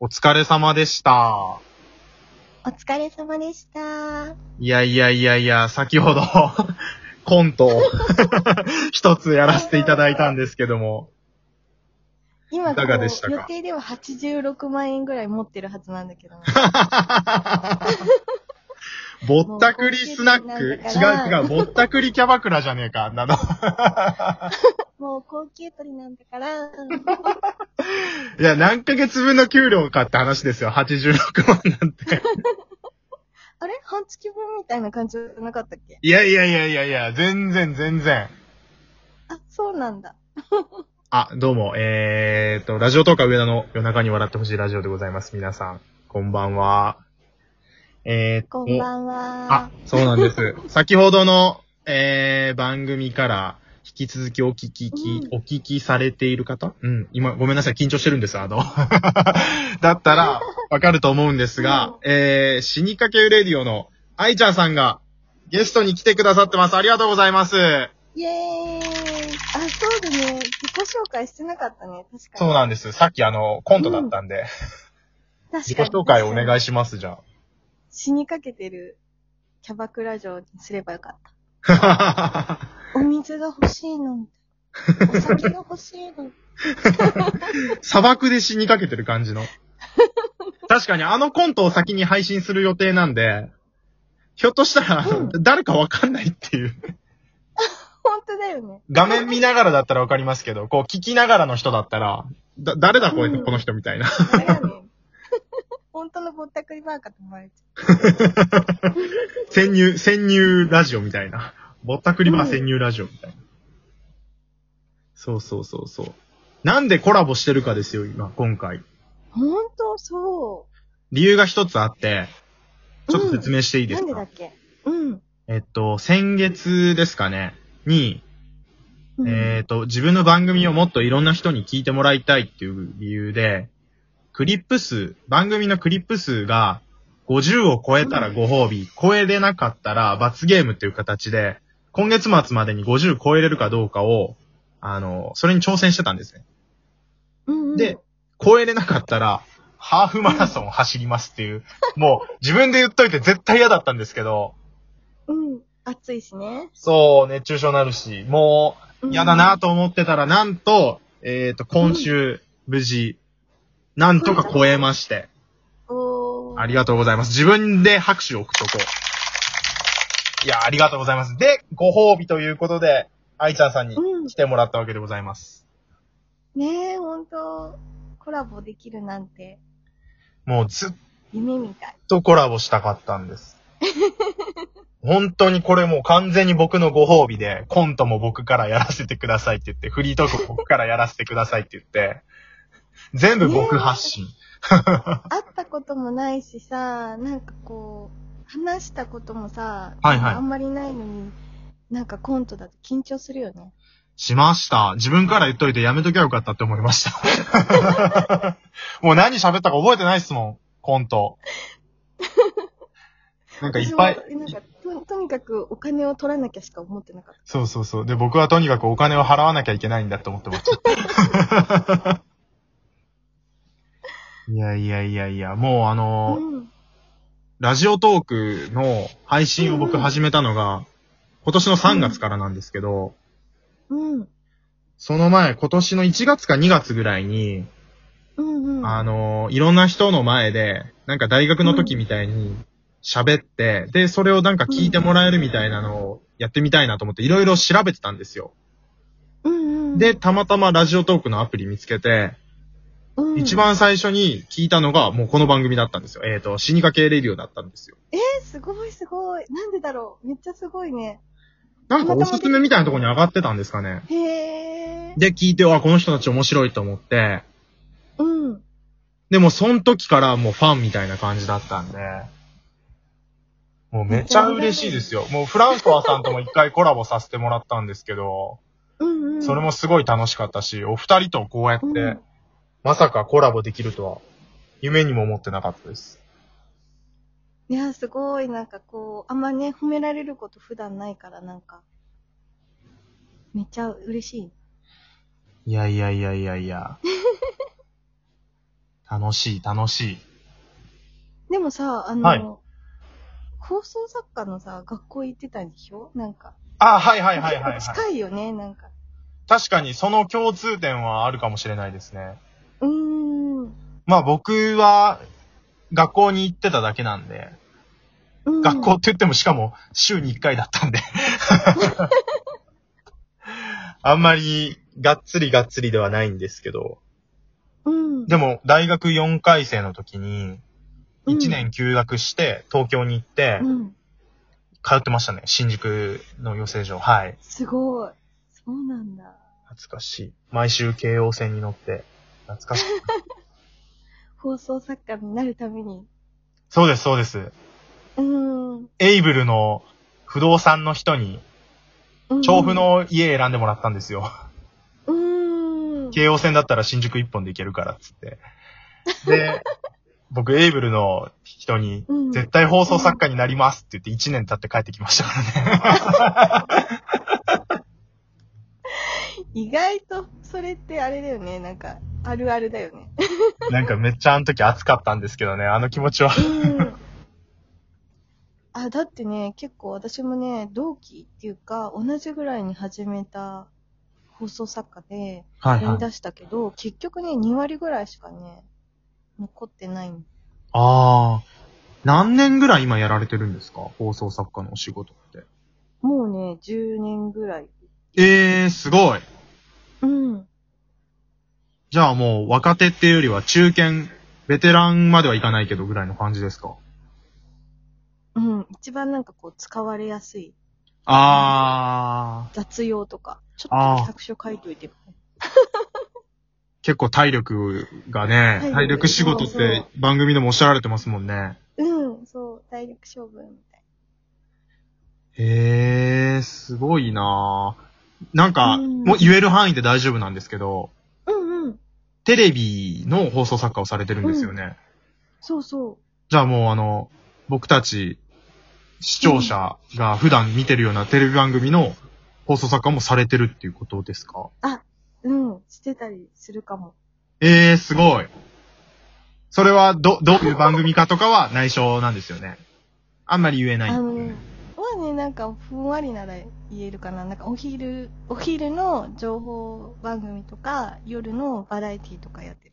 お疲れ様でした。お疲れ様でした。いやいやいやいや、先ほど、 コントを 一つやらせていただいたんですけども。 今いかがでしたかこう予定では86万円ぐらい持ってるはずなんだけど。ぼったくりスナックもう高級鳥なんだか違う違らう、ぼったくりキャバクラじゃねえか、あんなの。もう高級取りなんだ から。いや、何ヶ月分の給料かって話ですよ、86万なんて。あれ半月分みたいな感じじゃなかったっけいやいやいやいやいや、全然全然。あ、そうなんだ。あ、どうも、えーと、ラジオとか上田の夜中に笑ってほしいラジオでございます。皆さん、こんばんは。えーと、こんばんあは。、そうなん です。先ほどの、えー、番組から、引き続きお聞きき、お聞きされている方うん。今、ごめんなさい。緊張してるんです。あの、 だったら、わかると思うんですが、えー、死にかけレディオの、愛ちゃんさんが、ゲストに来てくださってます。ありがとうございます。イエーイ。あ、そうだね。自己紹介してなかったね。確かに。そうなんです。さっきあの、コントだったんで、確自かに己紹介おい。願いします、じゃ死にかけてるキャバクラ嬢にすればよかった。 あ。お水が欲し いの。お酒が欲しいの。砂漠で死にかけてる感じ の。確かにあのコントを先に配信する予定なんで、ひょっとしたらうん誰かわかんないっていう。本当だよね。画面見ながらだったらわかりますけど、こう聞きながらの人だったら、だ、誰だこれ、うんこの人みたいな。あれだね。 本当のぼったくりバーカと思われちゃ潜入、潜入ラジオみたいな。ぼったくりバー潜入ラジオみたいな。そうそうそうそう。なんでコラボしてるかですよ、今、今回。う。本当そ。理由が一つあって、ちょっと説明していいうでなすんか、でだっけうん。えっと、先月ですかね、に、うんえっと、自分の番組をもっといろんな人に聞いてもらいたいっていう理由で、クリップ数、番組のクリップ数が50を超えたらご褒美、超えれなかったら罰ゲームっていう形で、今月末までに50超えれるかどうかを、あの、それに挑戦してたんですね。うんうん、で、超えれなかったら、ハーフマラソン走りますっていう、もう自分で言っといて絶対嫌だったんですけど、うん。暑いしね。そう、熱中症になるし、もうう、ん嫌だな。と思ってたら、なんと、えっ、と、今週、無事、なんとか超えまして、おーありがとうございます。自分で拍手を送っとこう。いや、ありがとうございます。で、ご褒美ということで、愛ちゃんさんにうん来。てもらったわけでございます。ねえ、本当コラボできるなんて、もうずっ夢みたい。とコラボしたかったんです。本当にこれもう完全に僕のご褒美で、コントも僕からやらせてくださいって言って、フリートークも僕からやらせてくださいって言って、全部僕発信。会ったこともないしさ、なんかこう、話したこともさ、はいはいあんまりないのに、なんかコントだと緊張するよね。しました。自分から言っといてやめときゃよかったって思いま した。もう何喋ったか覚えてないっすもん、コント。 なんかいっぱい。私もなんかと、とにかくお金を取らなきゃしか思ってなかっそうそうそう。で、僕はとにかくお金を払わなきゃいけないんだって思って ました。いやいやいやいや、もうあた。のーうん。ラジオトークの配信をうん僕うん始めたのが、今年の3月からなんですけど、うん。その前、今年の1月か2月ぐらいに、うんうん。あのーいろんな人の前で、なんか大学の時みたいに喋って、で、それをなんか聞いてもらえるみたいなのをやってみたいなと思って、いろいろ調べてたんですよ。うんうん、で、たまたまラジオトークのアプリ見つけて、うん一。番最初に聞いたのが、もうこの番組だったんですよ。えっ、と、死にかけレディオだったんですよ。え、すごいすごい。なんでだろう。めっちゃすごいね。なんかおすすめみたいなところに上がってたんですかね。へえ。で、聞いて、あ、この人たち面白いと思って、うん。でも、その時からもうファンみたいな感じだったんで、もうめっちゃ嬉しいですよ。もうフランコアさんとも一回コラボさせてもらったんですけど、うんうん。それもすごい楽しかったし、お二人とこうやっうん、て、まさかコラボできるとは、夢にも思ってなかったです。いや、すごい。なんかこう、あんまね、褒められること普段ないから、なんか、めっちゃ嬉しい。いやいやいやいやいや。 楽しい、楽しい。でもさ、あの、はい放送作家のさ、学校行ってたんでしょなんか。あ、はいはいはいはい、はい。近いよね、なんか。確かにその共通点はあるかもしれないですね。うーん。まあ僕は学校に行ってただけなんで、うん学校って言ってもしかも週に1回だったんで。 あんまりがっつりがっつりではないんですけど。うん。でも大学4回生の時にうん1年休学して東京に行ってうん。通ってましたね。新宿の養成所。はい。すごい。そうなんだ。懐かしい。毎週京王線に乗って。懐 かしい。放送作家になるために。そうです、そうです。うーん。エイブルの不動産の人にうん調布。の家選んでもらったんですよ。うーん。京王線だったら新宿一本で行けるからっつって。で、僕エイブルの人に、うん絶対放送作家になりますって言って1年経って帰ってきました からね。意外と、それってあれだよね。なんか、あるあるだよね。なんかめっちゃあの時熱かったんですけどね、あの気持ちは。うん。 あ、だってね、結構私もね、同期っていうか、同じぐらいに始めた放送作家で、はやり出したけど、結局ね、2割ぐらいしかね、残ってないんああ。何年ぐらい今やられてるんですか放送作家のお仕事って。もうね、10年ぐらい。ええー、すごい。うん。じゃあもう若手っていうよりは中堅、ベテランまではいかないけどぐらいの感じですかうん。一番なんかこう、使われやすいあー、雑用とか、ちょあっーと企画書書いといてくれ。結構体力がね、体力体力仕事っそうそうて番組でもおっしゃられてますもんね。うん、そう、体力勝負みたいへえー、すごいなぁなんか、うんもう言える範囲で大丈夫なんですけど、な。うんうん。テレビの放送作家をされてるんですよね。そうそじゃあもうあの、僕たち、視聴者が普段見てるようなテレビ番組の放送作家もされてるっていうことですかう。うん、してたりするかも。ええー、すごい。それは、ど、どういう番組かとかは内緒なんですよね。あんまり言えない。あのね、まあね、なんかふんわりなら言えるかな。なんかお昼、お昼の情報番組とか、夜のバラエティとかやってる。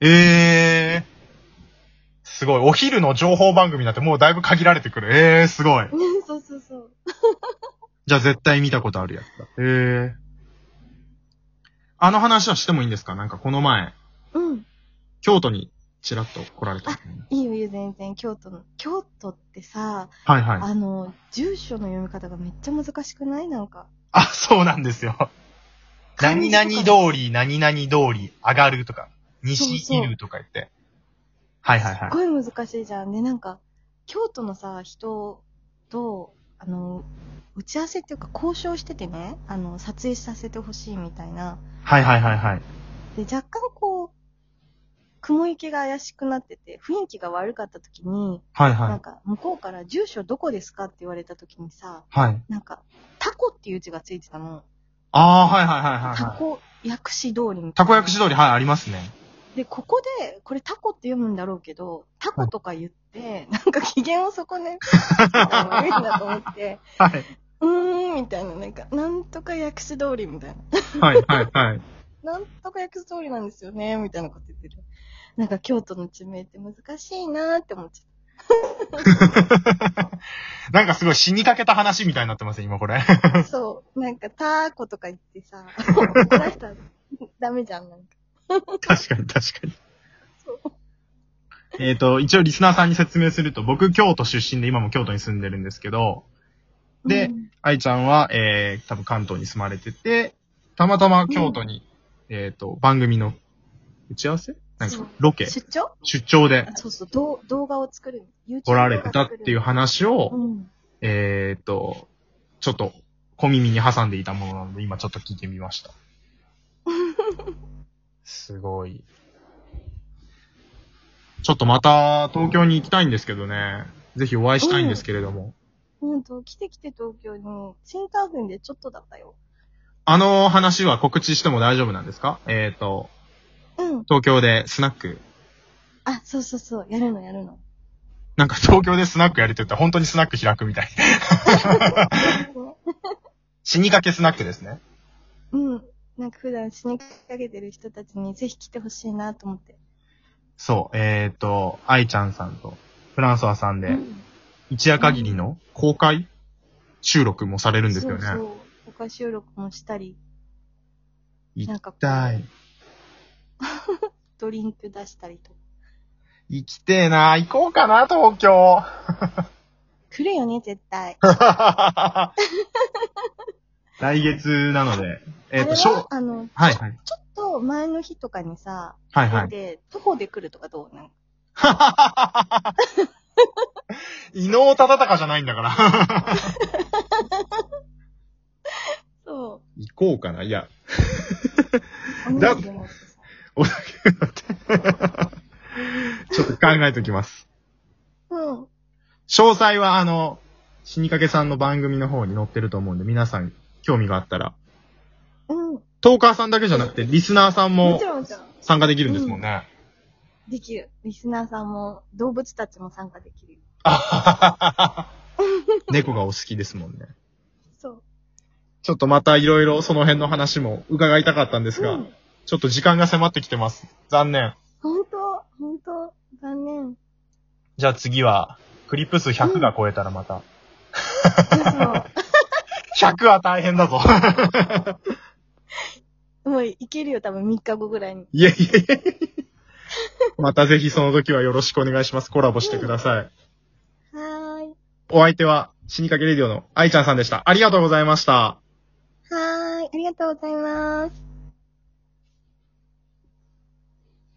ええー。すごい。お昼の情報番組なんてもうだいぶ限られてくる。ええー、すごい。ね、そうそうそう。じゃあ絶対見たことあるやつだ。ええー。あの話はしてもいいんですかなんかこの前、うん。京都にちらっと来られた。いいよ、いいよ、全然。京都の。京都ってさ、 はいはい。あの、住所の読み方がめっちゃ難しくないなんか。あ、そうなんですよ。何々漢字とか通り、何々通り、上がるとか、西いるとか言って。はいはいはいす。っごい難しいじゃん。で、なんか、京都のさ、人と、あの、打ち合わせっていうか交渉しててね、あの、撮影させてほしいみたいな。はいはいはいはい。で、若干こう、雲行きが怪しくなってて、雰囲気が悪かった時に、はいなはんい。か、向こうから住所どこですかって言われた時にさ、はい。なんか、タコっていう字がついてたの。ああ、はいはいはいはいタはい。コ薬師通りみたいな。たこ焼き通り、はい、ありますね。で、ここで、これタコって読むんだろうけど、タコとか言って、なんか機嫌を損ね、悪いんだと思って、はい。うーん、みたいな、なんか、なんとか薬師通りみたいはいはいはい。な。なんとか薬師通りなんですよね、みたいなこと言ってて。なんか京都の地名って難しいなーって思っちゃっ なんかすごい死にかけた話みたいになってますね、今こ れ。た。そう。なんかターコとか言っ てさ、怒らせたらダメじゃん、なんか。確かに確かに。そう。えっと、一応リスナーさんに説明すると、僕京都出身で今も京都に住んでるんですけど、でうん、愛ちゃんは、えー、多分関東に住まれてて、たまたま京都に、えっ、と、番組の打ち合わせなんそかうロケ、出張出張でそうそう、どう動画を作る。YouTube 来られてたっていう話を、うん。えっ、と、ちょっと小耳に挟んでいたものなので、今ちょっと聞いてみました。すごい。ちょっとまた東京に行きたいんですけどね。ぜひお会いしたいんですけれども。ほんと、来て来て東京に、新幹線でちょっとだったよ。あの話は告知しても大丈夫なんですかえっ、と、うん。東京でスナックあ、そうそうそう、やるのやるの。 なんか東京でスナックやるって言ったら本当にスナック開くみたい。死にかけスナックですね。うん。なんか普段死にかけてる人たちにぜひ来てほしいなと思って。そう、えっ、ー、と、愛ちゃんさんとフランソワさんうで、ん一夜限りの公開収録もされるんですよね。そうそう。他収録もしたり、行なんきかこうたい。ドリンク出したりと。行きてえな行こうかな、東京。来るよね、絶対。来月なので、えっ、と、あしれょは、あの、はい、はい、ちょっと前の日とかにさ、はい、はい。で、徒歩で来るとかどうなん伊能忠敬じゃないんだから。そ行こうかな。い や、う。だおにぎり持ってさお酒だって。ちょっと考えておきます。うん。詳細は、あの、死にかけさんの番組の方に載ってると思うんで、皆さん興味があったら、うん。もトーカーさんだけじゃなくて、リスナーさんもちろんもちろん。参加できるんですもんね。できる。リスナーさんも、動物たちも参加できるよ。 猫がお好きですもんね。そう。ちょっとまたいろいろその辺の話も伺いたかったんですが、うん。ちょっと時間が迫ってきてます。残念。本当本当残 念。じゃあ次は、クリップ数100が超えたらまた。100は大変だ ぞ。そう。もういけるよ、多分3日後ぐらいに。いやいやいやまたぜひその時はよろしくお願いします。コラボしてください。はーい。お相手は、死にかけレディオの愛ちゃんさんでした。ありがとうございました。はーい。ありがとうございます。